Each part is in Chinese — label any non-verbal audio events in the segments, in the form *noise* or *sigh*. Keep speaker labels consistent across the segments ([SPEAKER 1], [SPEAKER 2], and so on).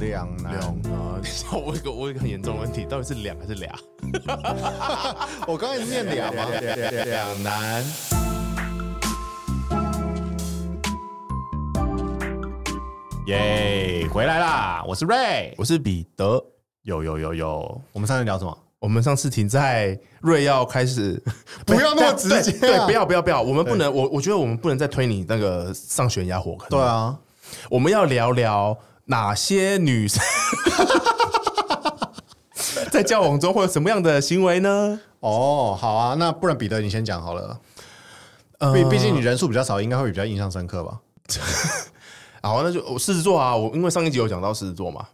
[SPEAKER 1] 两
[SPEAKER 2] *laughs*
[SPEAKER 1] 难。
[SPEAKER 2] 两啊！等一下，我有一个我有一个很严重的问题，到底是两还是俩？
[SPEAKER 1] 我刚才是念两吗？
[SPEAKER 2] 两难。耶，回来啦！我是 Ray，我是彼得。有有有有，
[SPEAKER 1] 我们上次聊什么？
[SPEAKER 2] 我们上次停在瑞要开 *laughs* 始，
[SPEAKER 1] 不要那么直接啊
[SPEAKER 2] *laughs* 对对，嗯对不要不要不要，我们不能，我我觉得我们不能再推你那个上悬崖火坑。
[SPEAKER 1] 对，啊，
[SPEAKER 2] 我们要聊聊哪些女 *laughs* 生在交往中会有什么样的行为呢？
[SPEAKER 1] 哦，好啊，那不然彼得你先讲好了，
[SPEAKER 2] 嗯
[SPEAKER 1] 毕毕竟你人数比较少，应该会比较印象深刻吧？
[SPEAKER 2] 好，那就我狮子座啊，我因为上一集有讲到狮子座嘛，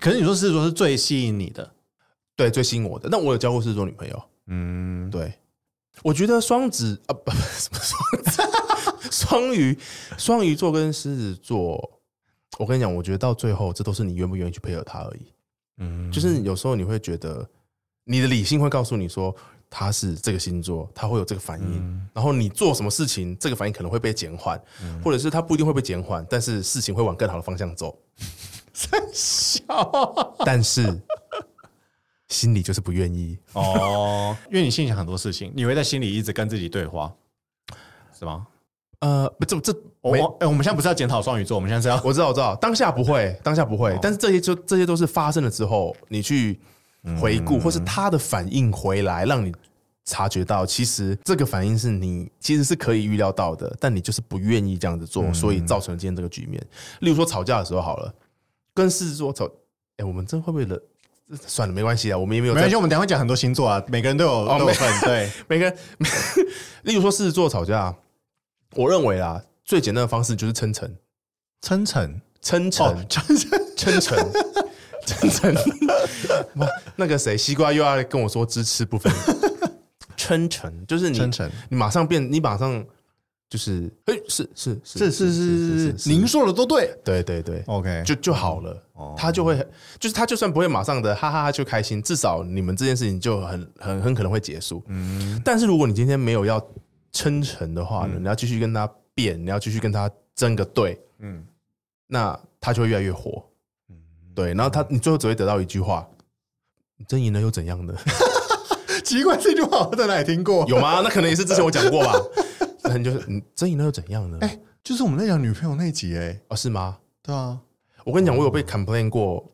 [SPEAKER 1] 可是你说狮子座是最吸引你的，
[SPEAKER 2] 对，最吸引我的。但我有交过狮子座女朋友，
[SPEAKER 1] 嗯，
[SPEAKER 2] 对，我觉得双子啊，不， *laughs* 什么双子， *laughs* 双鱼，双鱼座跟狮子座，我跟你讲，我觉得到最后，这都是你愿不愿意去配合他而已。
[SPEAKER 1] 嗯，
[SPEAKER 2] 就是有时候你会觉得，你的理性会告诉你说他是这个星座，他会有这个反应，然后你做什么事情，这个反应可能会被减缓，或者是他不一定会被减缓，但是事情会往更好的方向走。
[SPEAKER 1] 小啊
[SPEAKER 2] 但是心里就是不愿意。
[SPEAKER 1] 哦， *laughs* 因为你心里想很多事情，你会在心里一直跟自己对话，是吗？
[SPEAKER 2] 呃，不，这这
[SPEAKER 1] 我
[SPEAKER 2] 没
[SPEAKER 1] 我哎，我们现在不是要检讨双鱼座，我们现在是要
[SPEAKER 2] 我知道，我知道，当下不会，当下不会，但是这些就这些都是发生了之后，你去回
[SPEAKER 1] 嗯
[SPEAKER 2] 顾，或是他的反应回来，让你察觉到，其实这个反应是你其实是可以预料到的，但你就是不愿意这样
[SPEAKER 1] 嗯
[SPEAKER 2] 子做，所以造成了今天这个局面。例如说吵架的时候好了，跟狮子座吵，哎，我们这会不会惹？算了，没关系啊，我们也没有
[SPEAKER 1] *laughs* 没
[SPEAKER 2] 在
[SPEAKER 1] 关系，我们等一下会讲很多星座啊，每个人都有
[SPEAKER 2] 哦
[SPEAKER 1] 都有
[SPEAKER 2] 没
[SPEAKER 1] 份，对，
[SPEAKER 2] 每个人， *laughs* 例如说狮子座吵架，我认为啦，最简单的方式就是称臣，
[SPEAKER 1] *laughs* 称臣
[SPEAKER 2] 称臣，
[SPEAKER 1] 哦，称臣，
[SPEAKER 2] 称臣，称臣。哇，那个谁，西瓜又要跟我说支持不分，称臣就是你
[SPEAKER 1] 称臣，
[SPEAKER 2] 你马上变，你马上就是，哎、是是
[SPEAKER 1] 是
[SPEAKER 2] 是
[SPEAKER 1] 是是是是，您说的都对
[SPEAKER 2] 对对对，
[SPEAKER 1] ，OK，哦
[SPEAKER 2] 就就好了。他就会，就是他就算不会马上的哈哈哈就开心，至少你们这件事情就很很很可能会结束。嗯，但是如果你今天没有要称臣的话呢，你要继续跟他辩，你要继续跟他争个对，
[SPEAKER 1] 嗯
[SPEAKER 2] 嗯，那他就会越来越火。对，然后他你最后只会得到一句话：你争赢了又怎样呢？
[SPEAKER 1] *laughs*
[SPEAKER 2] *laughs*
[SPEAKER 1] 奇怪，这句话我在哪里听过？
[SPEAKER 2] 有吗？那可能也是之前我讲过吧。那你就是你争赢了又怎样呢？
[SPEAKER 1] 哎，就是我们在讲女朋友那一集，哎，
[SPEAKER 2] 哦，是吗？
[SPEAKER 1] 对啊，
[SPEAKER 2] 我跟你讲，我有被 complain 过，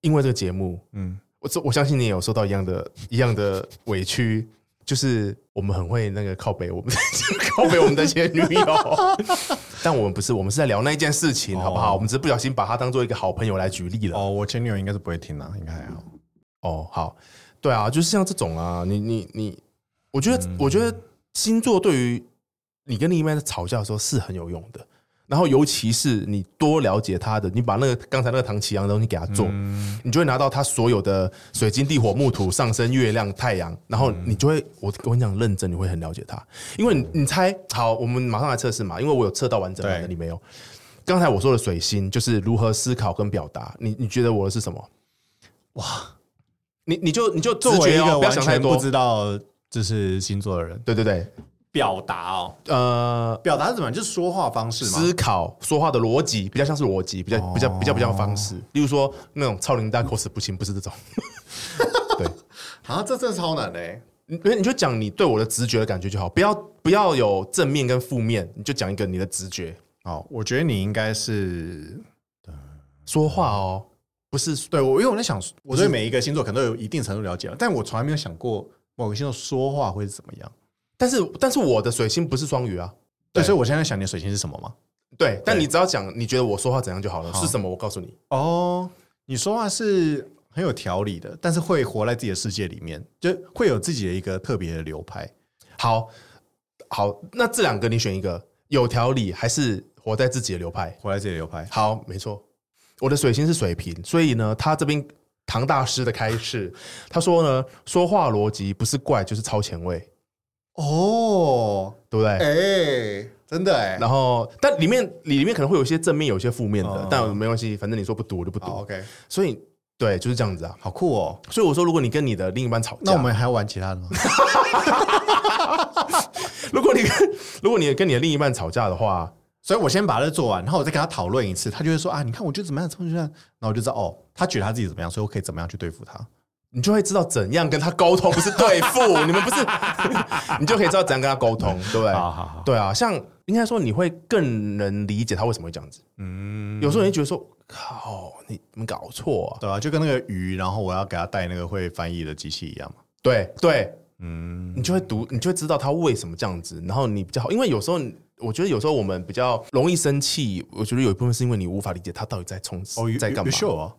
[SPEAKER 2] 因为这个节目，
[SPEAKER 1] 嗯，
[SPEAKER 2] 我这我相信你也有受到一样的一样的委屈，就是我们很会那个靠北，我们 *laughs* 靠北我们的前女友， *laughs* 但我们不是，我们是在聊那一件事情，
[SPEAKER 1] 哦
[SPEAKER 2] 好不好？我们只是不小心把她当做一个好朋友来举例了。
[SPEAKER 1] 哦，我前女友应该是不会听啦，应该还好。
[SPEAKER 2] 哦，好，对啊，就是像这种啊，你你你，我觉得、我觉得星座对于你跟另一半在吵架的时候是很有用的。然后，尤其是你多了解他的，你把那个刚才那个唐奇阳的东西给他做，你就会拿到他所有的水晶、地火、木土、上升、月亮、太阳，然后你就会，我我跟你讲，认真你会很了解他，因为你你猜好，我们马上来测试嘛，因为我有测到完整版的，
[SPEAKER 1] 对
[SPEAKER 2] 你没有。刚才我说的水星就是如何思考跟表达，你你觉得我的是什么？你你就你就直
[SPEAKER 1] 作为
[SPEAKER 2] 觉
[SPEAKER 1] 一个
[SPEAKER 2] 哦，不要
[SPEAKER 1] 完
[SPEAKER 2] 想太
[SPEAKER 1] 全不
[SPEAKER 2] 多。
[SPEAKER 1] 知道就是星座的人，
[SPEAKER 2] 对对对，
[SPEAKER 1] 表达哦，
[SPEAKER 2] 呃，
[SPEAKER 1] 表达是怎么样？就是说话方式嘛。
[SPEAKER 2] 思考说话的逻辑比较像是逻辑，比较比较比较比较方
[SPEAKER 1] 哦
[SPEAKER 2] 式。例如说那种超龄大 cos 不行，不是这种。对，
[SPEAKER 1] 啊，这真的超难嘞！
[SPEAKER 2] 你你就讲你对我的直觉的感觉就好，不要不要有正面跟负面，你就讲一个你的直觉。
[SPEAKER 1] 哦，我觉得你应该是
[SPEAKER 2] 说话哦，不是
[SPEAKER 1] 对我，因为我在想，我对每一个星座可能都有一定程度了解了，但我从来没有想过某个星座说话会是怎么样。
[SPEAKER 2] 但是但是我的水星不是双鱼啊。
[SPEAKER 1] 对，
[SPEAKER 2] 对
[SPEAKER 1] 所以我现在想你的水星是什么吗？
[SPEAKER 2] 对，但
[SPEAKER 1] 对
[SPEAKER 2] 你只要讲你觉得我说话怎样就好了，是什么我告诉你。
[SPEAKER 1] 哦，你说话是很有条理的，但是会活在自己的世界里面，就会有自己的一个特别的流派。
[SPEAKER 2] 好，好，那这两个你选一个，有条理还是活在自己的流派？
[SPEAKER 1] 活在自己的流派，
[SPEAKER 2] 好，没错，我的水星是水瓶，所以呢，他这边唐大师的开示，他说呢，说话逻辑不是怪就是超前卫，
[SPEAKER 1] 哦，
[SPEAKER 2] 对不对？
[SPEAKER 1] 哎、真的哎、
[SPEAKER 2] 然后，但里面里面可能会有一些正面，有一些负面的，
[SPEAKER 1] 哦
[SPEAKER 2] 但没关系，反正你说不读我就不读。
[SPEAKER 1] 好 OK，
[SPEAKER 2] 所以，对，就是这样子啊。
[SPEAKER 1] 好酷哦。
[SPEAKER 2] 所以我说，如果你跟你的另一半吵架，
[SPEAKER 1] 那我们还要玩其他的吗？ *laughs*
[SPEAKER 2] *laughs* 如果你跟如果你跟你的另一半吵架的话，
[SPEAKER 1] 所以我先把它做完，然后我再跟他讨论一次，他就会说啊，你看我觉得怎么样，怎么样，然后我就知道哦，他觉得他自己怎么样，所以我可以怎么样去对付他。
[SPEAKER 2] 你就会知道怎样跟他沟通，不是对付，
[SPEAKER 1] *laughs*
[SPEAKER 2] 你们不是， *laughs* 你就可以知道怎样跟他沟通，对不对？
[SPEAKER 1] 好好好，
[SPEAKER 2] 对啊，像应该说你会更能理解他为什么会这样子。
[SPEAKER 1] 嗯，
[SPEAKER 2] 有时候你会觉得说，靠，你你们搞错、啊，
[SPEAKER 1] 对啊，就跟那个鱼，然后我要给他带那个会翻译的机器一样嘛。
[SPEAKER 2] 对对，
[SPEAKER 1] 嗯，
[SPEAKER 2] 你就会读，你就会知道他为什么这样子，然后你比较好，因为有时候我觉得有时候我们比较容易生气，我觉得有一部分是因为你无法理解他到底在冲
[SPEAKER 1] 哦，
[SPEAKER 2] 在干嘛，
[SPEAKER 1] 秀啊，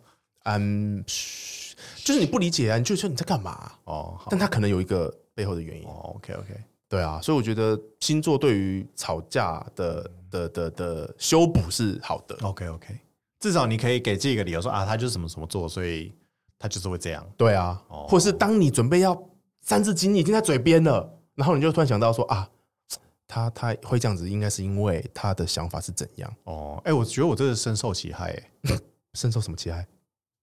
[SPEAKER 2] 嗯，嘘就是你不理解啊，你就说你在干嘛、
[SPEAKER 1] 哦，好
[SPEAKER 2] 但他可能有一个背后的原因，
[SPEAKER 1] 哦，OK OK，
[SPEAKER 2] 对啊，所以我觉得星座对于吵架的的的的修补是好的，
[SPEAKER 1] OK OK，至少你可以给自己一个理由说啊，他就是什么什么做，所以他就是会这样。
[SPEAKER 2] 对啊，
[SPEAKER 1] 哦
[SPEAKER 2] 或者是当你准备要三字经已经在嘴边了，然后你就突然想到说啊，他他会这样子，应该是因为他的想法是怎样，
[SPEAKER 1] 哦，哎、我觉得我真的深受其害、哎，
[SPEAKER 2] 深受什么其害？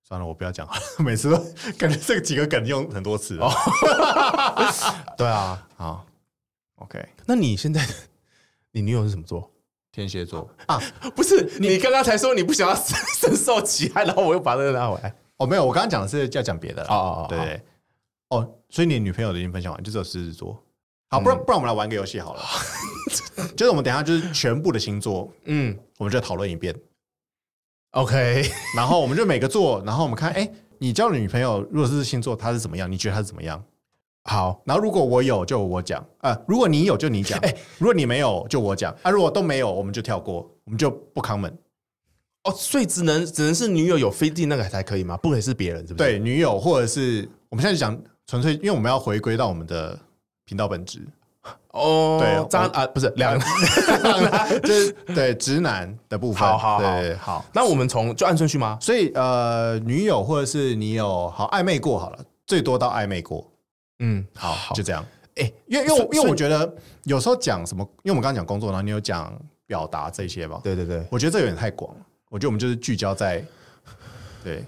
[SPEAKER 1] 算了，我 *laughs* 不要讲好了，每次都感觉这几个梗用很多次哦。
[SPEAKER 2] 对啊，
[SPEAKER 1] 好，OK，
[SPEAKER 2] *laughs* 那你现在你女友是什么座？
[SPEAKER 1] 天蝎座啊，
[SPEAKER 2] *laughs* 不是你刚刚才说你不想要 *laughs* 深深受其害，然后我又把那个拿回来。
[SPEAKER 1] 哦，没有，我刚刚讲的是要讲别的啦。
[SPEAKER 2] 哦哦哦
[SPEAKER 1] 对对，哦，所以你女朋友的已经分享完，就只有狮子座。好，不然不然我们来玩个游戏好了， *laughs* 就是我们等一下就是全部的星座，
[SPEAKER 2] 嗯
[SPEAKER 1] 我们就讨论一遍，
[SPEAKER 2] ，OK，
[SPEAKER 1] 然后我们就每个座，然后我们看，哎、你交的女朋友如果是星座，她是怎么样？你觉得她是怎么样？
[SPEAKER 2] 好，
[SPEAKER 1] 然后如果我有就我讲，啊，如果你有就你讲，哎、如果你没有就我讲，啊，如果都没有我们就跳过，我们就不 comment。
[SPEAKER 2] 哦，所以只能只能是女友有飞定那个才可以吗？不可以是别人，是不是？
[SPEAKER 1] 对，女友或者是我们现在讲纯粹，因为我们要回归到我们的频道本质，
[SPEAKER 2] 哦，
[SPEAKER 1] 对
[SPEAKER 2] 渣
[SPEAKER 1] 我
[SPEAKER 2] 啊，不是 *laughs* 两。
[SPEAKER 1] *laughs* 就是对直男的部分。
[SPEAKER 2] 好好好
[SPEAKER 1] 对好。
[SPEAKER 2] 那我们从就按顺序吗？
[SPEAKER 1] 所以呃，女友或者是你有好暧昧过好了，最多到暧昧过，
[SPEAKER 2] 嗯，
[SPEAKER 1] 就这样。
[SPEAKER 2] 哎
[SPEAKER 1] 因为因为
[SPEAKER 2] 所
[SPEAKER 1] 我
[SPEAKER 2] 以
[SPEAKER 1] 因为我觉得有时候讲什么，因为我们刚刚讲工作，然后你有讲表达这些吧，
[SPEAKER 2] 对对对，
[SPEAKER 1] 我觉得这有点太广了。我觉得我们就是聚焦在对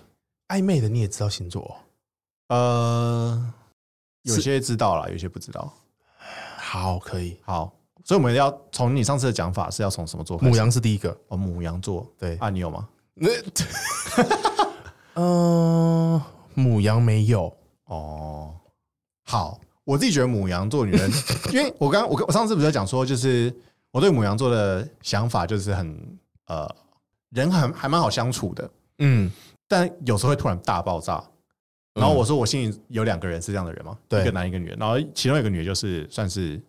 [SPEAKER 2] 暧昧的你也知道星座哦、
[SPEAKER 1] 呃，有
[SPEAKER 2] 是
[SPEAKER 1] 些知道了，有些不知道。
[SPEAKER 2] 好，可以。
[SPEAKER 1] 好，所以我们要从你上次的讲法是要从什么做开始？
[SPEAKER 2] 母羊是第一个，
[SPEAKER 1] 哦，母羊座，
[SPEAKER 2] 对
[SPEAKER 1] 啊，你有吗？
[SPEAKER 2] 那，嗯，母羊没有，
[SPEAKER 1] 哦，好，我自己觉得母羊座女
[SPEAKER 2] *laughs*
[SPEAKER 1] 人，因为我刚我我上次不是有讲说，就是我对母羊座的想法就是很呃，人很还蛮好相处的，
[SPEAKER 2] 嗯，
[SPEAKER 1] 但有时候会突然大爆炸。然后我说我心里有两个人是这样的人嘛，
[SPEAKER 2] 对
[SPEAKER 1] 一个男一个女人，然后其中一个女的就是算是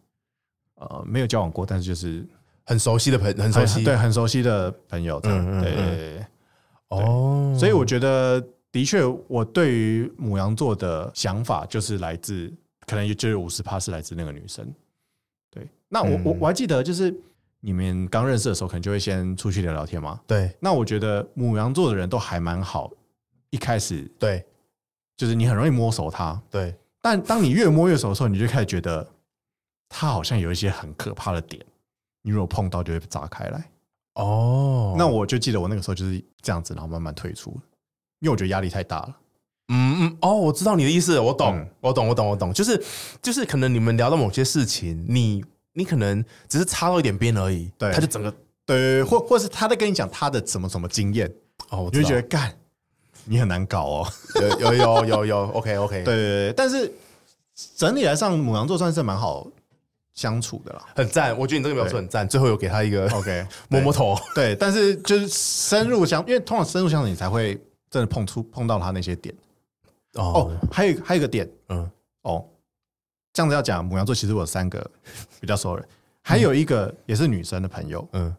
[SPEAKER 1] 呃没有交往过，但是就是
[SPEAKER 2] 很熟悉的朋，很熟悉，
[SPEAKER 1] 对很熟悉的朋友这样，
[SPEAKER 2] 嗯嗯嗯
[SPEAKER 1] 对对对对。
[SPEAKER 2] 哦，
[SPEAKER 1] 所以我觉得，的确，我对于母羊座的想法就是来自，可能也就是五十趴是来自那个女生。对，那我、
[SPEAKER 2] 嗯
[SPEAKER 1] 我我还记得，就是你们刚认识的时候，可能就会先出去聊聊天嘛。
[SPEAKER 2] 对
[SPEAKER 1] 那我觉得母羊座的人都还蛮好，一开始
[SPEAKER 2] 对
[SPEAKER 1] 就是你很容易摸熟他，
[SPEAKER 2] 对，
[SPEAKER 1] 但 *laughs* 当你越摸越熟的时候，你就开始觉得他好像有一些很可怕的点，你如果碰到就会炸开来。
[SPEAKER 2] 哦，
[SPEAKER 1] 那我就记得我那个时候就是这样子，然后慢慢退出，因为我觉得压力太大了。
[SPEAKER 2] 嗯嗯，哦，我知道你的意思了，我懂，
[SPEAKER 1] 嗯
[SPEAKER 2] 我懂，我懂，我懂，就是就是，可能你们聊到某些事情，你你可能只是插到一点边而已，
[SPEAKER 1] 对
[SPEAKER 2] 他就整个
[SPEAKER 1] 对，或或是他在跟你讲他的什么什么经验，
[SPEAKER 2] 哦，我
[SPEAKER 1] 你就觉
[SPEAKER 2] 知
[SPEAKER 1] 得干你很难搞哦。
[SPEAKER 2] 道有有有有有，OK
[SPEAKER 1] 对
[SPEAKER 2] OK，
[SPEAKER 1] 对对，但是整体来上，母羊座算是蛮好相处的啦。
[SPEAKER 2] 很赞，我觉得你这个描述很赞，最后有给他一个
[SPEAKER 1] OK，
[SPEAKER 2] *laughs* 摸摸头，
[SPEAKER 1] 哦对，哦但是就是深入相，因为通常深入相处，你才会真的碰出碰到他那些点。哦，还有还有一个点
[SPEAKER 2] 嗯，
[SPEAKER 1] 哦，这样子要讲母羊座，其实我有三个比较熟的人，还有一个也是女生的朋友，
[SPEAKER 2] 嗯，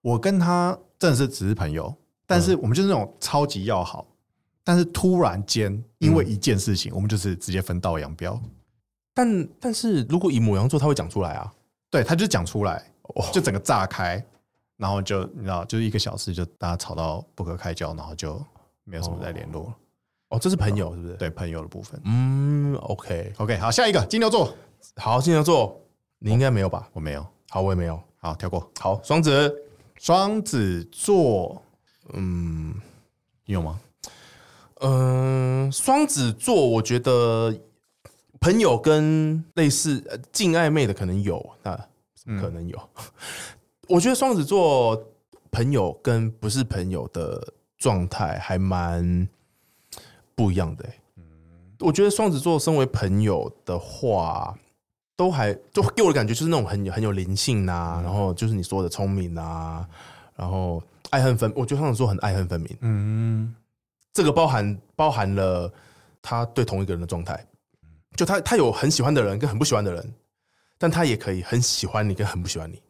[SPEAKER 1] 我跟他真的是只是朋友，但
[SPEAKER 2] 嗯
[SPEAKER 1] 是我们就是那种超级要好，但是突然间因
[SPEAKER 2] 嗯
[SPEAKER 1] 为一件事情，我们就是直接分道扬镳。
[SPEAKER 2] 但但是如果以母羊座，他会讲出来啊，
[SPEAKER 1] 对，他就讲出来
[SPEAKER 2] 哦，
[SPEAKER 1] 就整个炸开，然后就你知道，就是一个小时就大家吵到不可开交，然后就没有什么再联络了。
[SPEAKER 2] 哦，这是朋友是不是？，
[SPEAKER 1] 对朋友的部分
[SPEAKER 2] 嗯，OK，
[SPEAKER 1] ，OK，好，下一个金牛座，
[SPEAKER 2] 好，金牛座，你应该没有吧？
[SPEAKER 1] 我没有，
[SPEAKER 2] 好，我也没有，
[SPEAKER 1] 好跳过。
[SPEAKER 2] 好，双子，
[SPEAKER 1] 双子座，
[SPEAKER 2] 嗯。
[SPEAKER 1] 你有吗？
[SPEAKER 2] 嗯，双子座，我觉得朋友
[SPEAKER 1] 嗯
[SPEAKER 2] 嗯跟类似呃近暧昧的可能有，那可能有。 *laughs* 我觉得双子座朋友跟不是朋友的状态还蛮不一样的、欸。我觉得双子座身为朋友的话，都还就给我的感觉就是那种很有很有灵性呐、然后就是你说的聪明啊，然后爱恨分，我觉得双子座很爱恨分明。
[SPEAKER 1] 嗯，
[SPEAKER 2] 这个包含包含了他对同一个人的状态，就他他有很喜欢的人跟很不喜欢的人，但他也可以很喜欢你跟很不喜欢你。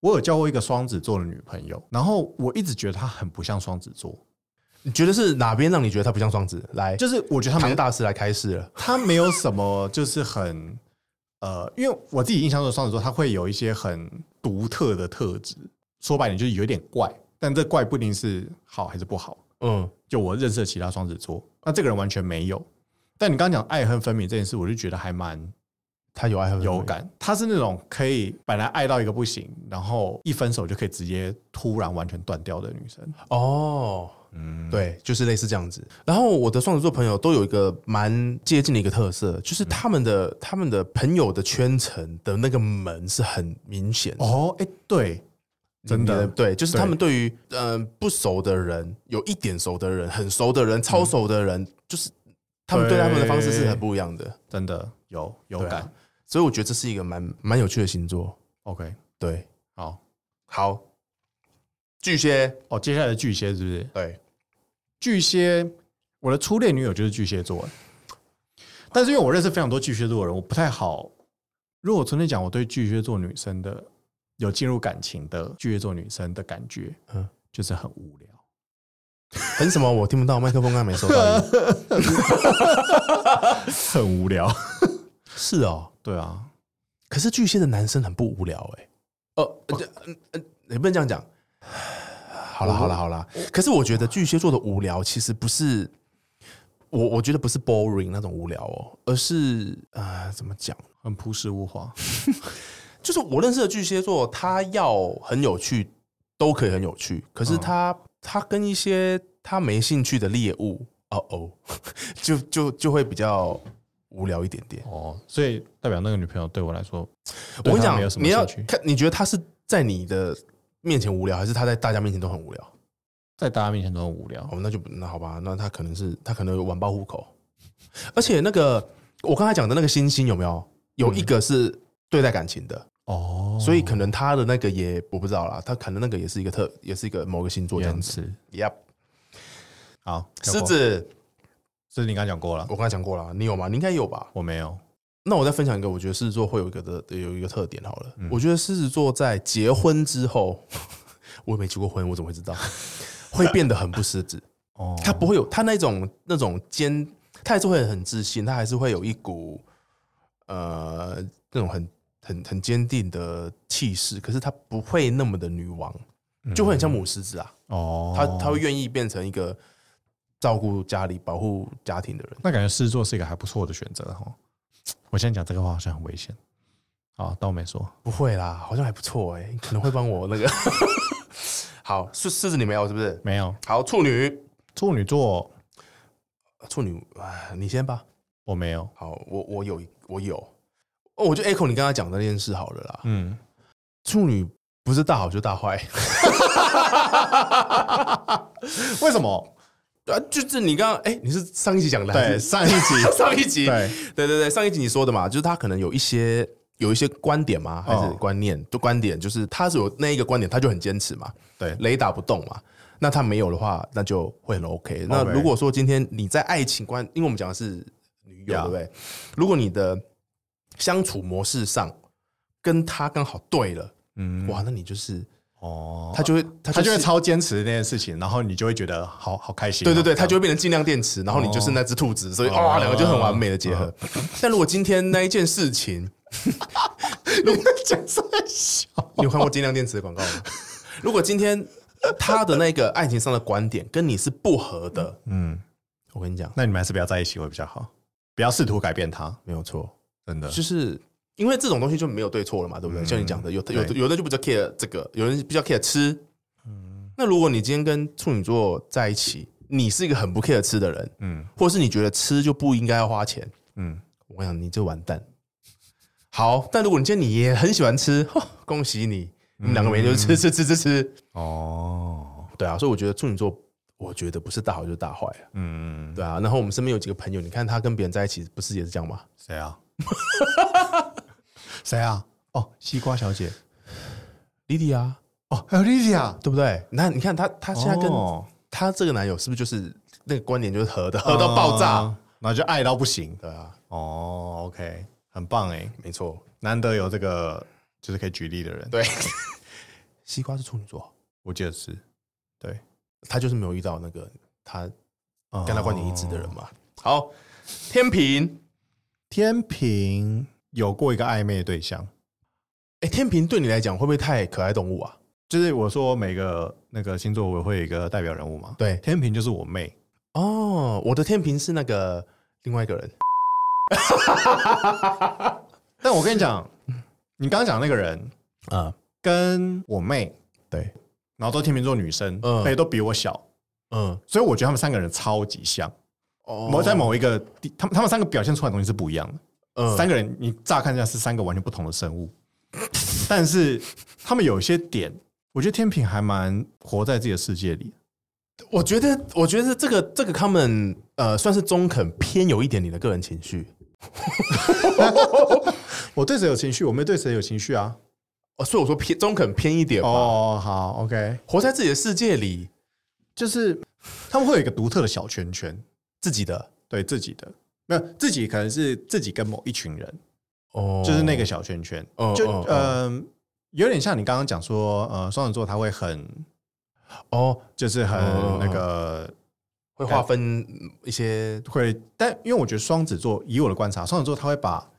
[SPEAKER 1] 我有交过一个双子座的女朋友，然后我一直觉得她很不像双子座，
[SPEAKER 2] 你觉得是哪边让你觉得他不像双子？来，
[SPEAKER 1] 就是我觉得她
[SPEAKER 2] 唐
[SPEAKER 1] 没
[SPEAKER 2] 大师来开示了。
[SPEAKER 1] 她没有什么就是很呃，因为我自己印象中的双子座，她会有一些很独特的特质，说白点就是有点怪，但这怪不一定是好还是不好。
[SPEAKER 2] 嗯，
[SPEAKER 1] 就我认识的其他双子座，那这个人完全没有。但你刚刚讲爱恨分明这件事，我就觉得还蛮
[SPEAKER 2] 他有爱恨分明
[SPEAKER 1] 有，感。他是那种可以本来爱到一个不行，然后一分手就可以直接突然完全断掉的女生。
[SPEAKER 2] 哦，
[SPEAKER 1] 嗯，
[SPEAKER 2] 对，就是类似这样子。然后我的双子座朋友都有一个蛮接近的一个特色，就是他们的、
[SPEAKER 1] 嗯
[SPEAKER 2] 他们的朋友的圈层的那个门是很明显的。
[SPEAKER 1] 哦，哎、对，真
[SPEAKER 2] 你
[SPEAKER 1] 的，
[SPEAKER 2] 对，就是他们对于嗯、呃不熟的人，有一点熟的人，很熟的人，超熟的
[SPEAKER 1] 嗯
[SPEAKER 2] 人，就是他们对他们的方式是很不一样的。
[SPEAKER 1] 真的有有
[SPEAKER 2] 对啊
[SPEAKER 1] 感。
[SPEAKER 2] 所以我觉得这是一个蛮蛮有趣的星座。
[SPEAKER 1] OK，
[SPEAKER 2] 对，
[SPEAKER 1] 好，
[SPEAKER 2] 好，巨蟹，
[SPEAKER 1] 哦，接下来的巨蟹是不是？
[SPEAKER 2] 对，
[SPEAKER 1] 巨蟹，我的初恋女友就是巨蟹座，但是因为我认识非常多巨蟹座的人，我不太好。如果我昨天讲我对巨蟹座女生的有进入感情的巨蟹座女生的感觉，
[SPEAKER 2] 嗯
[SPEAKER 1] 嗯，就是很无
[SPEAKER 2] *laughs*
[SPEAKER 1] 聊。
[SPEAKER 2] 很什么？我听不到，麦克风啊刚才没收到 *laughs* 音。
[SPEAKER 1] 很无聊。
[SPEAKER 2] 是哦，
[SPEAKER 1] 对啊，
[SPEAKER 2] 可是巨蟹的男生很不无聊哎、呃，呃这嗯嗯，你不能这样讲。 *sighs* 好了，好了，好了。可是我觉得巨蟹座的无聊其实不是我，我觉得不是 boring 那种无聊哦，而是啊、呃怎么讲？
[SPEAKER 1] 很朴实无华。
[SPEAKER 2] 就是我认识的巨蟹座，他要很有趣，都可以很有趣。可是他、他跟一些他没兴趣的猎物，哦哦， *laughs* 就就就会比较无聊一点点。
[SPEAKER 1] 哦，所以代表那个女朋友对我来说，
[SPEAKER 2] 我
[SPEAKER 1] 对
[SPEAKER 2] 跟你
[SPEAKER 1] 她
[SPEAKER 2] 讲
[SPEAKER 1] 没有，什么
[SPEAKER 2] 你要
[SPEAKER 1] 兴趣
[SPEAKER 2] 看，你觉得他是在你的面前无聊，还是他在大家面前都很无聊？
[SPEAKER 1] 在大家面前都很无聊。
[SPEAKER 2] 哦，那就不那好吧，那他可能是他可能有晚报户口，而且那个我刚才讲的那个星星有没有？有一个是对待感情的，
[SPEAKER 1] 哦，
[SPEAKER 2] 所以可能他的那个也我不知道啦，他可能那个也是一个特，也是一个某个星座这样
[SPEAKER 1] 言
[SPEAKER 2] 子。
[SPEAKER 1] 辞
[SPEAKER 2] Yep，
[SPEAKER 1] 好，
[SPEAKER 2] 狮
[SPEAKER 1] 跳过，
[SPEAKER 2] 子，
[SPEAKER 1] 狮子你刚刚讲过了
[SPEAKER 2] 我，刚才讲过了，你有吗？你应该有吧？
[SPEAKER 1] 我没有。
[SPEAKER 2] 那我再分享一个，我觉得狮子座会有一个的有一个特点好了。
[SPEAKER 1] 嗯
[SPEAKER 2] 我觉得狮子座在结婚之后， *laughs* 我也没结过婚，我怎么会知道？会变得很不狮子，
[SPEAKER 1] 哦，
[SPEAKER 2] 他不会有他那种那种坚，他还是会很自信，他还是会有一股呃那种很很很坚定的气势，可是他不会那么的女王，就会很像母狮子啊。
[SPEAKER 1] 嗯哦，
[SPEAKER 2] 他他会愿意变成一个照顾家里、保护家庭的人。
[SPEAKER 1] 那感觉狮子座是一个还不错的选择哈。我现在讲这个话好像很危险，好，当我没说。
[SPEAKER 2] 不会啦，好像还不错哎、你可能会帮我那个。 *laughs* 好，是狮子你没有是不是？
[SPEAKER 1] 没有，
[SPEAKER 2] 好，处女，
[SPEAKER 1] 处女座
[SPEAKER 2] 处女，哎你先吧。
[SPEAKER 1] 我没有。
[SPEAKER 2] 好，我我有我有，哦，我就 echo 你刚才讲的那件事好了啦。
[SPEAKER 1] 嗯，
[SPEAKER 2] 处女不是大好就大坏， *laughs*
[SPEAKER 1] 为什么？
[SPEAKER 2] 啊，就是你刚刚哎，你是上一集讲的还
[SPEAKER 1] 对，
[SPEAKER 2] 是，
[SPEAKER 1] 上一集，
[SPEAKER 2] *laughs* 上一集
[SPEAKER 1] 对，
[SPEAKER 2] 对对对，上一集你说的嘛，就是他可能有一些有一些观点嘛，还是
[SPEAKER 1] 哦
[SPEAKER 2] 观念？就观点就是他是有那一个观点，他就很坚持嘛，
[SPEAKER 1] 对
[SPEAKER 2] 雷打不动嘛。那他没有的话，那就会很 OK。那
[SPEAKER 1] OK
[SPEAKER 2] 如果说今天你在爱情观，因为我们讲的是女友，对
[SPEAKER 1] Yeah
[SPEAKER 2] 不对？如果你的相处模式上跟他刚好对了，
[SPEAKER 1] 嗯，
[SPEAKER 2] 哇，那你就是
[SPEAKER 1] 哦，
[SPEAKER 2] 他就会他
[SPEAKER 1] 他就会
[SPEAKER 2] 是
[SPEAKER 1] 超坚持那件事情，然后你就会觉得好好开心。啊
[SPEAKER 2] 对对对，
[SPEAKER 1] 哦这
[SPEAKER 2] 它
[SPEAKER 1] 样
[SPEAKER 2] 就会变成尽量电池，然后你就是那只兔子，所以哇，
[SPEAKER 1] 哦
[SPEAKER 2] 两个就很完美的结合。但如果今天那一件事
[SPEAKER 1] *laughs*
[SPEAKER 2] 情，如果讲这么小，你有看过尽量电池的广
[SPEAKER 1] *laughs*
[SPEAKER 2] 告吗？如果今天他的那个爱情上的观点跟你是不合的，
[SPEAKER 1] 嗯，
[SPEAKER 2] 我跟你讲，
[SPEAKER 1] 那你们还是不要在一起会比较好，不要试图改变他，
[SPEAKER 2] 没有错，
[SPEAKER 1] 真的。
[SPEAKER 2] 就是。因为这种东西就没有对错了嘛，对不对？
[SPEAKER 1] 嗯
[SPEAKER 2] 像你讲的，有的有的
[SPEAKER 1] 对
[SPEAKER 2] 有的就比较 care 这个，有人比较 care 吃。
[SPEAKER 1] 嗯
[SPEAKER 2] 那如果你今天跟处女座在一起，你是一个很不 care 吃的人，
[SPEAKER 1] 嗯
[SPEAKER 2] 或是你觉得吃就不应该要花钱，
[SPEAKER 1] 嗯，
[SPEAKER 2] 我想你就完蛋。好，但如果你今天你也很喜欢吃，呵恭喜你，你们两个每天就吃吃吃吃吃，
[SPEAKER 1] 哦，
[SPEAKER 2] 对啊，所以我觉得处女座，我觉得不是大好就是大坏啊，
[SPEAKER 1] 嗯，
[SPEAKER 2] 对啊。然后我们身边有几个朋友，你看他跟别人在一起，不是也是这样吗？
[SPEAKER 1] 谁啊？ *laughs* 谁啊？哦，西瓜小姐，
[SPEAKER 2] 莉莉啊，
[SPEAKER 1] 哦，还有莉莉亚，
[SPEAKER 2] 对不对？那你看他，他现在跟
[SPEAKER 1] 哦
[SPEAKER 2] 他这个男友是不是就是那个观点就是合的，合到爆炸？
[SPEAKER 1] 嗯，然后就爱到不行。
[SPEAKER 2] 对啊，
[SPEAKER 1] 哦，OK，很棒哎，
[SPEAKER 2] 没错，
[SPEAKER 1] 难得有这个就是可以举例的人，
[SPEAKER 2] 对。 *laughs* 西瓜是处女座，
[SPEAKER 1] 我记得是，对，
[SPEAKER 2] 他就是没有遇到那个他
[SPEAKER 1] 跟
[SPEAKER 2] 跟他观点一致的人嘛。好，天平，
[SPEAKER 1] 天平有过一个暧昧的对象，
[SPEAKER 2] 哎，天平对你来讲会不会太可爱动物啊？
[SPEAKER 1] 就是我说每个那个星座我会有一个代表人物嘛，
[SPEAKER 2] 对，
[SPEAKER 1] 天平就是我妹，
[SPEAKER 2] 哦，我的天平是那个另外一个人，
[SPEAKER 1] 但我跟你讲，你刚刚讲那个人
[SPEAKER 2] 啊，
[SPEAKER 1] 跟我妹，
[SPEAKER 2] 对，
[SPEAKER 1] 然后都天秤座女生，
[SPEAKER 2] 嗯
[SPEAKER 1] 而且都比我小，
[SPEAKER 2] 嗯，
[SPEAKER 1] 所以我觉得他们三个人超级像，
[SPEAKER 2] 哦
[SPEAKER 1] 某在某一个地，他们他们三个表现出来的东西是不一样的。
[SPEAKER 2] 嗯
[SPEAKER 1] 三个人你乍看一下是三个完全不同的生物， *laughs* 但是他们有一些点，我觉得天平还蛮活在自己的世界里。
[SPEAKER 2] 我觉得，我觉得这个这个 comment 呃，算是中肯，偏有一点你的个人情绪。
[SPEAKER 1] 我对谁有情绪，我没对谁有情绪啊。
[SPEAKER 2] 哦，所以我说偏中肯偏一点嘛，
[SPEAKER 1] 哦，好，OK，
[SPEAKER 2] 活在自己的世界里，
[SPEAKER 1] 就是他们会有一个独特的小圈圈，
[SPEAKER 2] 自己的
[SPEAKER 1] 对自己的。没有自己可能是自己跟某一群人，
[SPEAKER 2] 哦，
[SPEAKER 1] 就是那个小圈圈，
[SPEAKER 2] 哦
[SPEAKER 1] 就
[SPEAKER 2] 哦
[SPEAKER 1] 嗯、呃，有点像你刚刚讲说，呃，双子座他会很，
[SPEAKER 2] 哦，
[SPEAKER 1] 就是很
[SPEAKER 2] 哦
[SPEAKER 1] 那个
[SPEAKER 2] 会划分一些
[SPEAKER 1] 会，但因为我觉得双子座，以我的观察，双子座他会把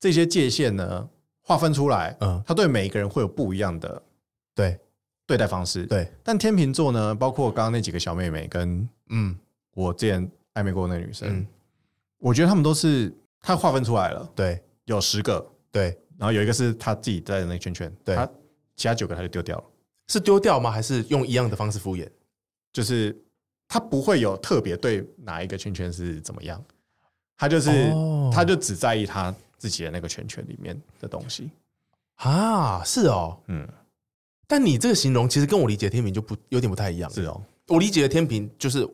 [SPEAKER 1] 这些界限呢划分出来，
[SPEAKER 2] 嗯，
[SPEAKER 1] 他对每一个人会有不一样的
[SPEAKER 2] 对
[SPEAKER 1] 对待方式。，
[SPEAKER 2] 对，
[SPEAKER 1] 但天秤座呢，包括刚刚那几个小妹妹跟
[SPEAKER 2] 嗯
[SPEAKER 1] 我之前暧昧过的那女生，
[SPEAKER 2] 嗯，
[SPEAKER 1] 我觉得他们都是他划分出来了，
[SPEAKER 2] 对
[SPEAKER 1] 有十个，
[SPEAKER 2] 对，
[SPEAKER 1] 然后有一个是他自己在的那个圈圈，
[SPEAKER 2] 对
[SPEAKER 1] 他其他九个他就丢掉了。
[SPEAKER 2] 是丢掉吗？还是用一样的方式敷衍？
[SPEAKER 1] 就是他不会有特别对哪一个圈圈是怎么样，他就是、
[SPEAKER 2] 哦
[SPEAKER 1] 他就只在意他自己的那个圈圈里面的东西。
[SPEAKER 2] 啊，是哦，
[SPEAKER 1] 嗯，
[SPEAKER 2] 但你这个形容其实跟我理解的天平就不有点不太一样。
[SPEAKER 1] 是哦，
[SPEAKER 2] 我理解的天平就是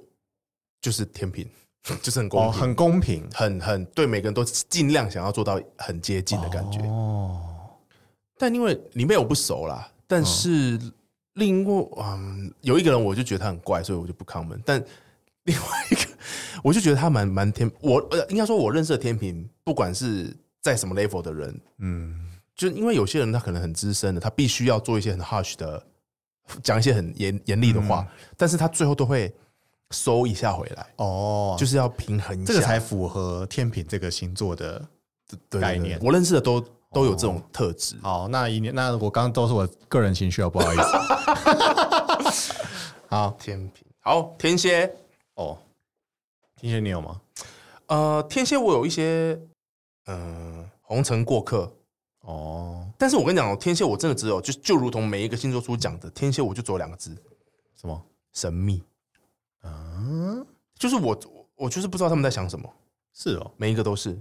[SPEAKER 2] 就是天平， *laughs* 就是很公
[SPEAKER 1] 哦，
[SPEAKER 2] 平，
[SPEAKER 1] 很公平
[SPEAKER 2] 很很对每个人都尽量想要做到很接近的感觉。
[SPEAKER 1] 哦，
[SPEAKER 2] 但因为里面我不熟啦，但是另外嗯有一个人我就觉得他很怪，所以我就不 comment。但另外一个 *laughs* 我就觉得他蛮蛮天，我呃应该说我认识的天平，不管是在什么 level 的人，
[SPEAKER 1] 嗯，
[SPEAKER 2] 就因为有些人他可能很资深的，他必须要做一些很 harsh 的，讲一些很严严厉的话，
[SPEAKER 1] 嗯
[SPEAKER 2] 但是他最后都会收一下回来，
[SPEAKER 1] 哦，
[SPEAKER 2] 就是是要平衡一下
[SPEAKER 1] 这个才符合天平这个星座的。
[SPEAKER 2] 对对对
[SPEAKER 1] 概念哦
[SPEAKER 2] 我认识的都都有这种特质。
[SPEAKER 1] 好，那一年，那我刚刚都是我个人情绪哦，不好意思。 *laughs* 好
[SPEAKER 2] 天平好，天蝎，
[SPEAKER 1] 哦，天蝎你有吗？
[SPEAKER 2] 呃，天蝎我有一些嗯、呃红尘过客，
[SPEAKER 1] 哦，
[SPEAKER 2] 但是我跟你讲哦，天蝎我真的只有就就如同每一个星座书讲的，天蝎我就只有两个字，
[SPEAKER 1] 什么？
[SPEAKER 2] 神秘。
[SPEAKER 1] 嗯，
[SPEAKER 2] 就是我我我就是不知道他们在想什么，
[SPEAKER 1] 是哦，
[SPEAKER 2] 每一个都是。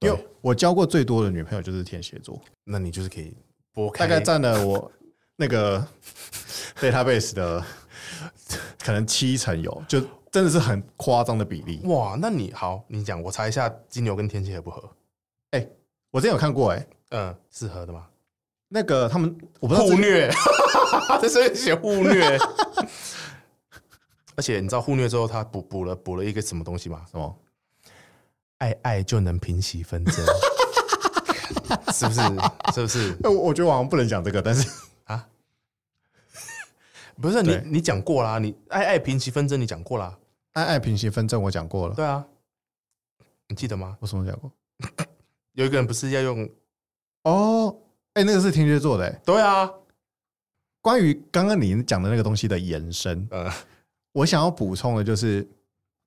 [SPEAKER 1] 因
[SPEAKER 2] 对
[SPEAKER 1] 为我交过最多的女朋友就是天蝎座。
[SPEAKER 2] 那你就是可以拨
[SPEAKER 1] 大
[SPEAKER 2] 开，
[SPEAKER 1] 概占了我那个 *laughs* database 的可能七成有，就真的是很夸张的比例。
[SPEAKER 2] 哇，那你好，你讲，我查一下金牛跟天蝎合不合？
[SPEAKER 1] 我之前有看过、欸，
[SPEAKER 2] 嗯，是合的吗？
[SPEAKER 1] 那个他们我不知道
[SPEAKER 2] 互
[SPEAKER 1] 这 *laughs*
[SPEAKER 2] 虐，在这里写互虐。 *laughs* 而且你知道互虐之后，他补补了补了一个什么东西吗？
[SPEAKER 1] 什么，
[SPEAKER 2] 爱爱就能平息纷
[SPEAKER 1] *laughs*
[SPEAKER 2] 争，是不是？是不是？
[SPEAKER 1] 呃我我觉得我好像不能讲这个，但是 *laughs*
[SPEAKER 2] 不是你
[SPEAKER 1] 对
[SPEAKER 2] 你讲过啦，你爱爱平息纷争，你讲过啦，
[SPEAKER 1] 爱爱平息纷争我讲过了，
[SPEAKER 2] 对啊，你记得吗？
[SPEAKER 1] 我什么时候讲过？
[SPEAKER 2] 有一个人不是要用
[SPEAKER 1] 哦，哎、那个是天蝎座的、欸。
[SPEAKER 2] 对啊，
[SPEAKER 1] 关于刚刚你讲的那个东西的延伸，
[SPEAKER 2] 呃，
[SPEAKER 1] 我想要补充的就是，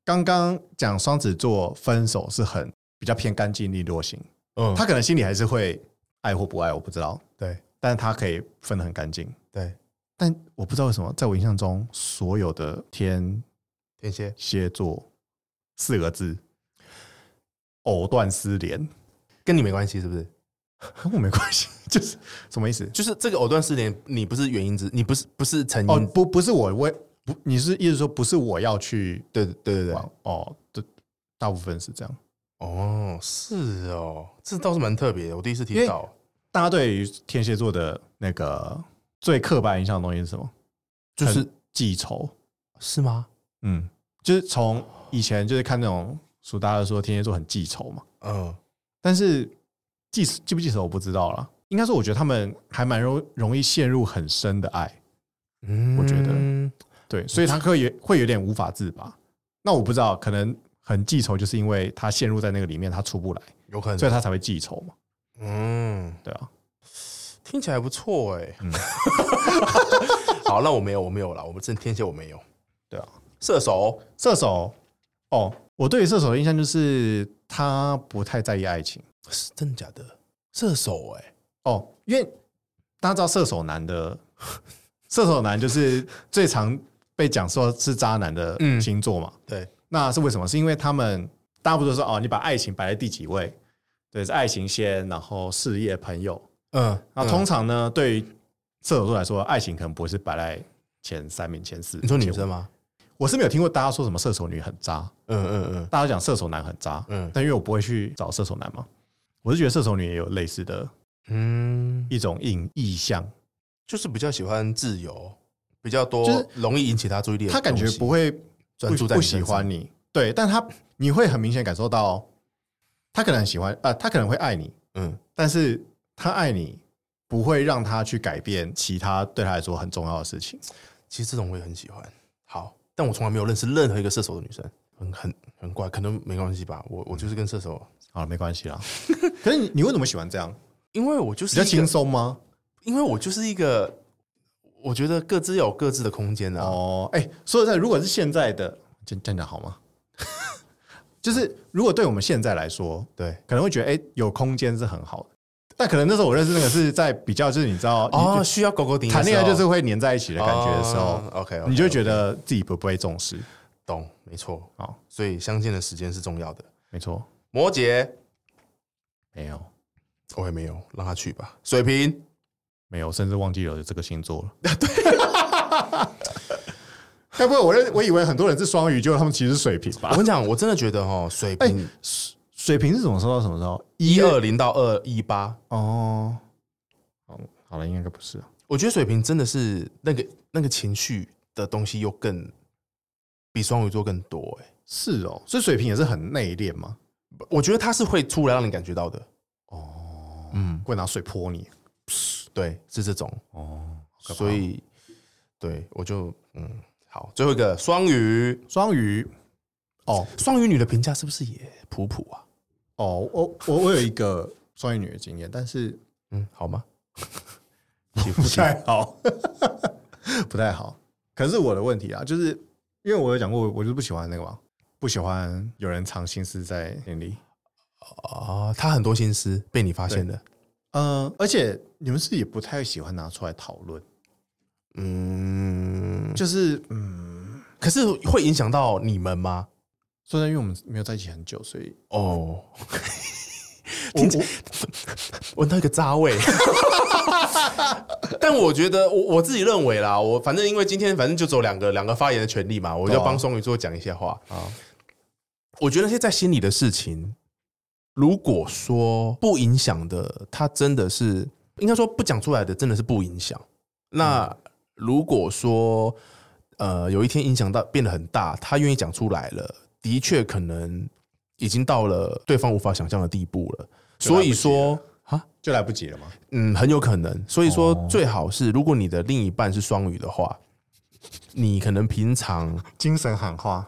[SPEAKER 1] 刚刚讲双子座分手是很比较偏干净利落型，
[SPEAKER 2] 嗯，
[SPEAKER 1] 他可能心里还是会爱或不爱，我不知道。
[SPEAKER 2] 对
[SPEAKER 1] 但他可以分得很干净。
[SPEAKER 2] 对
[SPEAKER 1] 但我不知道为什么，在我印象中，所有的天
[SPEAKER 2] 天蝎
[SPEAKER 1] 蝎座四个字“藕断丝连
[SPEAKER 2] 跟你没关系，是不是？”
[SPEAKER 1] 跟我没关系， *laughs* 就是什么意思？
[SPEAKER 2] 就是这个藕断丝连，你不是原因之，你不是不是成因，
[SPEAKER 1] 哦，不，不是我，我不，你是意思说不是我要去
[SPEAKER 2] 对对对对，
[SPEAKER 1] 玩哦？对，大部分是这样。
[SPEAKER 2] 哦，是哦，这倒是蛮特别的，我第一次
[SPEAKER 1] 因
[SPEAKER 2] 听
[SPEAKER 1] 为
[SPEAKER 2] 到，
[SPEAKER 1] 大家对于天蝎座的那个最刻板印象的东西是什么？
[SPEAKER 2] 就是
[SPEAKER 1] 很记仇。
[SPEAKER 2] 是吗？
[SPEAKER 1] 嗯，就是从以前就是看那种书，大家都说天蝎座很记仇嘛，
[SPEAKER 2] 嗯，
[SPEAKER 1] 但是记记不记仇我不知道了。应该说，我觉得他们还蛮容容易陷入很深的爱，
[SPEAKER 2] 嗯
[SPEAKER 1] 我觉得对，所以他会有会有点无法自拔。那我不知道，可能很记仇，就是因为他陷入在那个里面，他出不来，
[SPEAKER 2] 有可能，
[SPEAKER 1] 所以他才会记仇嘛，
[SPEAKER 2] 嗯，
[SPEAKER 1] 对啊。
[SPEAKER 2] 听起来不错哎、
[SPEAKER 1] 嗯
[SPEAKER 2] *laughs* 好，那我没有，我没有啦，我们真天蝎我没有。
[SPEAKER 1] 对啊，
[SPEAKER 2] 射手，
[SPEAKER 1] 射手，哦，我对于射手的印象就是他不太在意爱情
[SPEAKER 2] 是真的假的？射手哎、
[SPEAKER 1] 哦，因为大家知道射手男的 *laughs* 射手男就是最常被讲说是渣男的
[SPEAKER 2] 嗯
[SPEAKER 1] 星座嘛，
[SPEAKER 2] 对，
[SPEAKER 1] 那是为什么？是因为他们大部分都说哦，你把爱情摆在第几位？对，是爱情先，然后事业、朋友。
[SPEAKER 2] 嗯，
[SPEAKER 1] 那通常呢，对于射手座来说，爱情可能不是摆在前三名、前四。
[SPEAKER 2] 你说女生吗？
[SPEAKER 1] 我是没有听过大家说什么射手女很渣，
[SPEAKER 2] 嗯嗯嗯，
[SPEAKER 1] 大家讲射手男很渣，
[SPEAKER 2] 嗯
[SPEAKER 1] 嗯，但因为我不会去找射手男嘛，我是觉得射手女也有类似的
[SPEAKER 2] 嗯，
[SPEAKER 1] 一种印意向，
[SPEAKER 2] 就是比较喜欢自由，比较多，
[SPEAKER 1] 就是
[SPEAKER 2] 容易引起他注意力的东
[SPEAKER 1] 他
[SPEAKER 2] 西。
[SPEAKER 1] 感觉不会
[SPEAKER 2] 专注在
[SPEAKER 1] 不不
[SPEAKER 2] 你
[SPEAKER 1] 喜
[SPEAKER 2] 身上
[SPEAKER 1] 欢你，对，但他你会很明显感受到，他可能很喜欢，呃，他可能会爱你，
[SPEAKER 2] 嗯，
[SPEAKER 1] 但是他爱你不会让他去改变其他对他来说很重要的事情，
[SPEAKER 2] 其实这种我也很喜欢。好，但我从来没有认识任何一个射手的女生，嗯很很很怪，可能没关系吧。我我就是跟射手，
[SPEAKER 1] 好了，没关系
[SPEAKER 2] *laughs*
[SPEAKER 1] 啦。可是你你为什么喜欢这样？
[SPEAKER 2] 因为我就是
[SPEAKER 1] 比较
[SPEAKER 2] 一个
[SPEAKER 1] 轻松吗？
[SPEAKER 2] 因为我就是一个，我觉得各自有各自的空间啊。
[SPEAKER 1] 哦，哎、说实在，如果是现在的，这这样讲好吗？ *laughs* 就是如果对我们现在来说，
[SPEAKER 2] 对，
[SPEAKER 1] 可能会觉得哎、有空间是很好的，但可能那时候我认识那个是在比较就是你知道
[SPEAKER 2] 哦，
[SPEAKER 1] 你
[SPEAKER 2] 需要狗狗顶
[SPEAKER 1] 谈恋爱就是哦会黏在一起的感觉的时候，
[SPEAKER 2] ，OK，
[SPEAKER 1] 你就会觉
[SPEAKER 2] 得
[SPEAKER 1] 得自己不被重视。
[SPEAKER 2] 懂，没错。
[SPEAKER 1] 好，
[SPEAKER 2] 所以相见的时间是重要的。
[SPEAKER 1] 没错，
[SPEAKER 2] 摩羯，
[SPEAKER 1] 没有
[SPEAKER 2] 我也没有让他去吧。水瓶，
[SPEAKER 1] 没有，甚至忘记了这个星座了。 *laughs* 对，该不会我认我以为很多人是双鱼，结果他们其实是水瓶
[SPEAKER 2] 我
[SPEAKER 1] 吧？
[SPEAKER 2] 跟你讲，我真的觉得 *laughs* 哦，水瓶
[SPEAKER 1] 水瓶是什么时候到什么时候？
[SPEAKER 2] 一二零到二一八，
[SPEAKER 1] 哦，好好了，应该不是。啊
[SPEAKER 2] 我觉得水瓶真的是那个那个情绪的东西又更比双鱼座更多哎、
[SPEAKER 1] 是哦，所以水瓶也是很内敛嘛。
[SPEAKER 2] 我觉得他是会出来让你感觉到的。
[SPEAKER 1] 哦，
[SPEAKER 2] 嗯，
[SPEAKER 1] 会拿水泼你。
[SPEAKER 2] 对，是这种。
[SPEAKER 1] 哦，
[SPEAKER 2] 所以对我就嗯好，最后一个双鱼，
[SPEAKER 1] 双鱼，哦
[SPEAKER 2] 双鱼女的评价是不是也普普啊？
[SPEAKER 1] 哦，我我我有一个双鱼女的经验，但是
[SPEAKER 2] 嗯，好 *laughs* 吗？起
[SPEAKER 1] 不
[SPEAKER 2] 伏 *laughs* 起
[SPEAKER 1] 太好， *laughs* 不太好。可是我的问题啊，就是因为我有讲过，我就是不喜欢那个嘛，不喜欢有人藏心思在心里。
[SPEAKER 2] 啊，他很多心思被你发现了。
[SPEAKER 1] 嗯，而且你们是也不太喜欢拿出来讨论，
[SPEAKER 2] 嗯，
[SPEAKER 1] 就是嗯，
[SPEAKER 2] 可是会影响到你们吗？
[SPEAKER 1] 虽然因为我们没有在一起很久，所 *laughs* 以
[SPEAKER 2] 哦，
[SPEAKER 1] 我我
[SPEAKER 2] 闻到一个渣味。 *laughs* 但我觉得我我自己认为啦，我反正因为今天反正就只有两个两个发言的权利嘛，我就
[SPEAKER 1] 对啊
[SPEAKER 2] 帮双鱼座讲一些话。
[SPEAKER 1] 啊，
[SPEAKER 2] 我觉得那些在心里的事情，如果说不影响的，他真的是应该说不讲出来的，真的是不影响。
[SPEAKER 1] 嗯
[SPEAKER 2] 那如果说呃有一天影响到变得很大，他愿意讲出来了，的确可能已经到了对方无法想象的地步了。
[SPEAKER 1] 就来
[SPEAKER 2] 所
[SPEAKER 1] 不及
[SPEAKER 2] 以说啊，
[SPEAKER 1] 就来不及了嘛。
[SPEAKER 2] 嗯，很有可能。所以说
[SPEAKER 1] 哦，
[SPEAKER 2] 最好是如果你的另一半是双语的话，你可能平常
[SPEAKER 1] 精神喊话，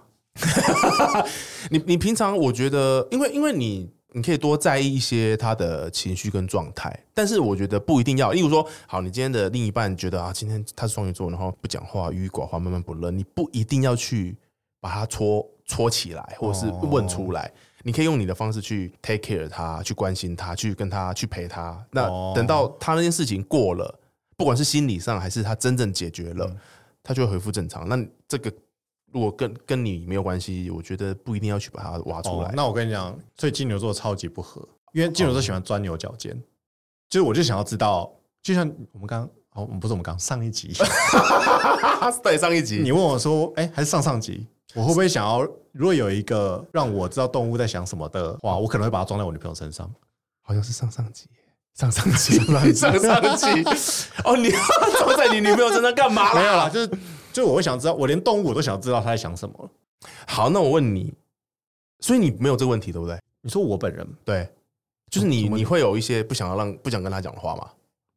[SPEAKER 2] 你你平常我觉得，因为因为你你可以多在意一些他的情绪跟状态，但是我觉得不一定要。例如说，好，你今天的另一半觉得啊，今天他是双鱼座，然后不讲话，郁郁寡欢，闷闷不乐，你不一定要去把他戳戳起来，或者是问出来。你可以用你的方式去 take care 他，去关心他，去跟他去陪他。那
[SPEAKER 1] 哦
[SPEAKER 2] 等到他那件事情过了，不管是心理上还是他真正解决了，他就会恢复正常。那这个如果跟跟你没有关系，我觉得不一定要去把它挖出
[SPEAKER 1] 哦
[SPEAKER 2] 来。
[SPEAKER 1] 哦，那我跟你讲，所以金牛座超级不合，因为金牛座喜欢钻牛角尖。就是我就想要知道，就像我们刚哦，不是我们刚上一集，
[SPEAKER 2] 对，上一集
[SPEAKER 1] 你问我说，哎、还是上上集，我会不会想要，如果有一个让我知道动物在想什么的话，我可能会把它装在我女朋友身上。
[SPEAKER 2] 好像是上上集，上上集，上上集。 *laughs* 哦，你装在你女朋友身上干
[SPEAKER 1] *laughs* *laughs*
[SPEAKER 2] 嘛
[SPEAKER 1] 没
[SPEAKER 2] 啦？
[SPEAKER 1] 有啦，就是就是我会想知道，我连动物我都想知道它在想什么了。
[SPEAKER 2] 好，那我问你，所以你没有这个问题，对不对？
[SPEAKER 1] 你说我本人
[SPEAKER 2] 对，就是你
[SPEAKER 1] 什么问题
[SPEAKER 2] 你会有一些不想要让不想跟他讲的话吗？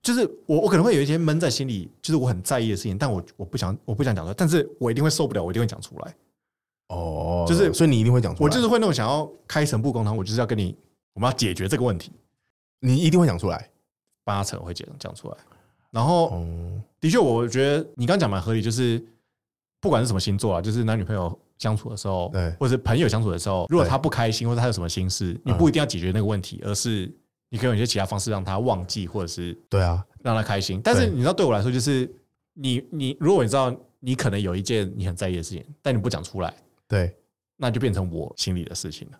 [SPEAKER 1] 就是我，我可能会有一些闷在心里，就是我很在意的事情，但我我不想我不想讲出来，但是我一定会受不了，我一定会讲出来。
[SPEAKER 2] 哦
[SPEAKER 1] 就是
[SPEAKER 2] 所以你一定会讲出来，
[SPEAKER 1] 我就是会那种想要开诚布公，然后我就是要跟你，我们要解决这个问题，
[SPEAKER 2] 你一定会讲出来。
[SPEAKER 1] 八成会讲讲出来。然后
[SPEAKER 2] 哦，
[SPEAKER 1] 的确，我觉得你刚讲蛮合理，就是不管是什么星座啊，就是男女朋友相处的时候，
[SPEAKER 2] 对
[SPEAKER 1] 或者是朋友相处的时候，如果
[SPEAKER 2] 对
[SPEAKER 1] 他不开心或者他有什么心事，你不一定要解决那个问题，而是你可以有一些其他方式让他忘记，或者是
[SPEAKER 2] 对啊，
[SPEAKER 1] 让他开心。但是
[SPEAKER 2] 对
[SPEAKER 1] 你知道，对我来说，就是你你如果你知道你可能有一件你很在意的事情，但你不讲出来，
[SPEAKER 2] 对。
[SPEAKER 1] 那就变成我心里的事情了。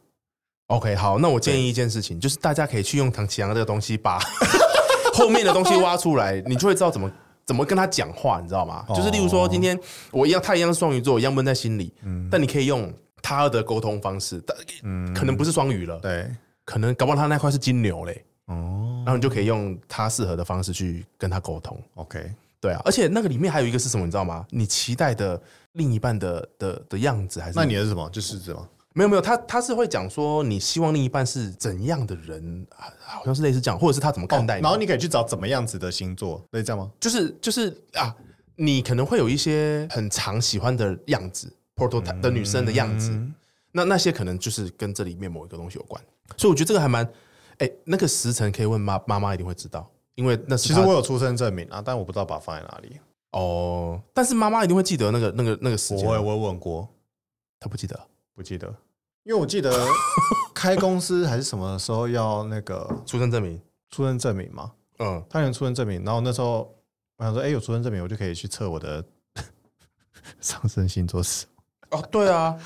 [SPEAKER 2] OK，好，那我建议一件事情，就是大家可以去用唐奇阳这个东西把 *laughs* 后面的东西挖出来，你就会知道怎么怎么跟他讲话，你知道吗？
[SPEAKER 1] 哦
[SPEAKER 2] 就是例如说，今天我一样，他一样是双鱼座，一样闷在心里，但你可以用他的沟通方式，但
[SPEAKER 1] 嗯，
[SPEAKER 2] 可能不是双鱼了，
[SPEAKER 1] 对，
[SPEAKER 2] 可能搞不好他那块是金牛嘞，
[SPEAKER 1] 哦
[SPEAKER 2] 然后你就可以用他适合的方式去跟他沟通。
[SPEAKER 1] ，OK，
[SPEAKER 2] 对啊，而且那个里面还有一个是什么，你知道吗？你期待的另一半的的的样子，还是
[SPEAKER 1] 那你的是什么？就是什么？
[SPEAKER 2] 没有没有，他他是会讲说你希望另一半是怎样的人，啊好像是类似这样，或者是他怎么看待你，
[SPEAKER 1] 哦然后你可以去找怎么样子的星座，可以这样吗？
[SPEAKER 2] 就是就是啊，你可能会有一些很常喜欢的样子，prototype
[SPEAKER 1] 嗯
[SPEAKER 2] 的女生的样子，那那些可能就是跟这里面某一个东西有关，所以我觉得这个还蛮，哎、那个时辰可以问妈妈妈一定会知道，因为那是
[SPEAKER 1] 其
[SPEAKER 2] 她
[SPEAKER 1] 实我有出生证明啊，但我不知道把它放在哪里。
[SPEAKER 2] 哦，但是妈妈一定会记得那个那个那个时
[SPEAKER 1] 我
[SPEAKER 2] 间，
[SPEAKER 1] 我有问过，
[SPEAKER 2] 她不记得
[SPEAKER 1] 不记得，因为我记 *laughs* 得开公司还是什么时候要那个
[SPEAKER 2] 出生证明，
[SPEAKER 1] 出生证明嘛，
[SPEAKER 2] 嗯，
[SPEAKER 1] 他有出生证明，然后那时候我想说，哎、有出生证明，我就可以去测我的 *laughs* 上升星座是什么，
[SPEAKER 2] 哦，对啊，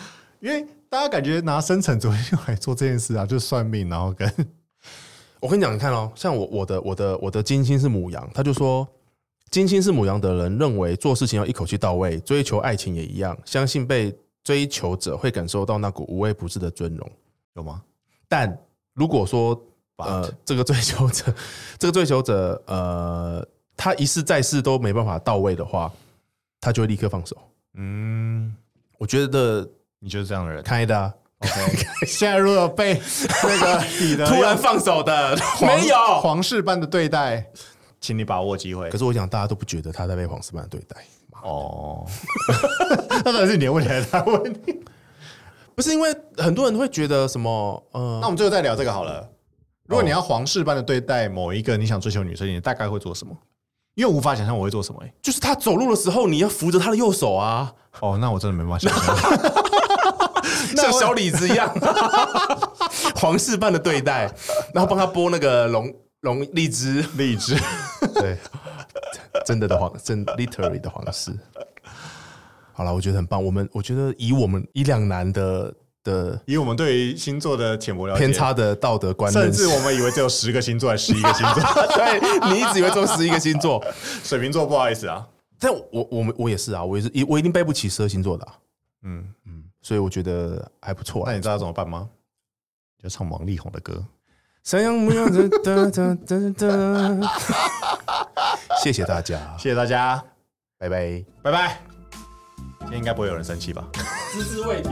[SPEAKER 1] 因为大家感觉拿生辰昨天用来做这件事啊，就算命，然后跟
[SPEAKER 2] 我跟你讲，你看哦，像我我的我的我的金星是母羊，他就说金星是母羊的人认为做事情要一口气到位，追求爱情也一样，相信被追求者会感受到那股无微不至的尊荣。
[SPEAKER 1] 有吗？
[SPEAKER 2] 但如果说呃
[SPEAKER 1] But
[SPEAKER 2] 这个追求者， *laughs* 这个追求者呃他一试再试都没办法到位的话，他就会立刻放手。
[SPEAKER 1] 嗯，
[SPEAKER 2] 我觉得
[SPEAKER 1] 你就是这样的人。
[SPEAKER 2] 开的、啊、 *laughs*
[SPEAKER 1] OK，现在如果被那个你 *laughs* 的
[SPEAKER 2] 突然放手的
[SPEAKER 1] 皇
[SPEAKER 2] *laughs* 没有。
[SPEAKER 1] 皇室般的对待，请你把握机会
[SPEAKER 2] 可。是我想大家都不觉得他在被黄世曼对待。
[SPEAKER 1] 哦， *laughs* 那当然是你的问题还是他的问题？
[SPEAKER 2] 不是因为很多人会觉得什么，
[SPEAKER 1] 那
[SPEAKER 2] 呃，
[SPEAKER 1] 我们最后再聊这个好了。如果你要皇室般的对待某一个你想追求女生，你大概会做什么？因为我无法想象我会做什么、欸。
[SPEAKER 2] 就是他走路的时候，你要扶着他的右手 *laughs* 啊，
[SPEAKER 1] 哦，那我真的没办法想 *laughs* 象。
[SPEAKER 2] 像小李子一样， *laughs* 皇室般的对待，然后帮他剥那个龙龙荔枝，
[SPEAKER 1] 荔枝，
[SPEAKER 2] 对，真的的皇，真 literally 的皇室。好了，我觉得很棒。我们我觉得以我们以两男的的
[SPEAKER 1] 以我们对于星座的浅薄了解，
[SPEAKER 2] 偏，差的道德观
[SPEAKER 1] 甚
[SPEAKER 2] 认
[SPEAKER 1] 至，
[SPEAKER 2] 识
[SPEAKER 1] 我们以为只有十个星座，还是十一个星座。
[SPEAKER 2] *laughs* 对你一直以为中十一个星座，
[SPEAKER 1] 水瓶座不好意思啊，
[SPEAKER 2] 但我我们我也是啊，我也是一我一定背不起十二星座的、啊，
[SPEAKER 1] 嗯，
[SPEAKER 2] 所以我觉得还不错、啊
[SPEAKER 1] 那。你知道怎么办吗？就唱王力宏的歌。
[SPEAKER 2] 山羊牧羊人，哒哒哒哒。 *laughs* 谢谢大家，
[SPEAKER 1] 谢谢大家，
[SPEAKER 2] 拜拜。
[SPEAKER 1] 拜拜。今天应该不会有人生气吧？
[SPEAKER 2] 只字未提。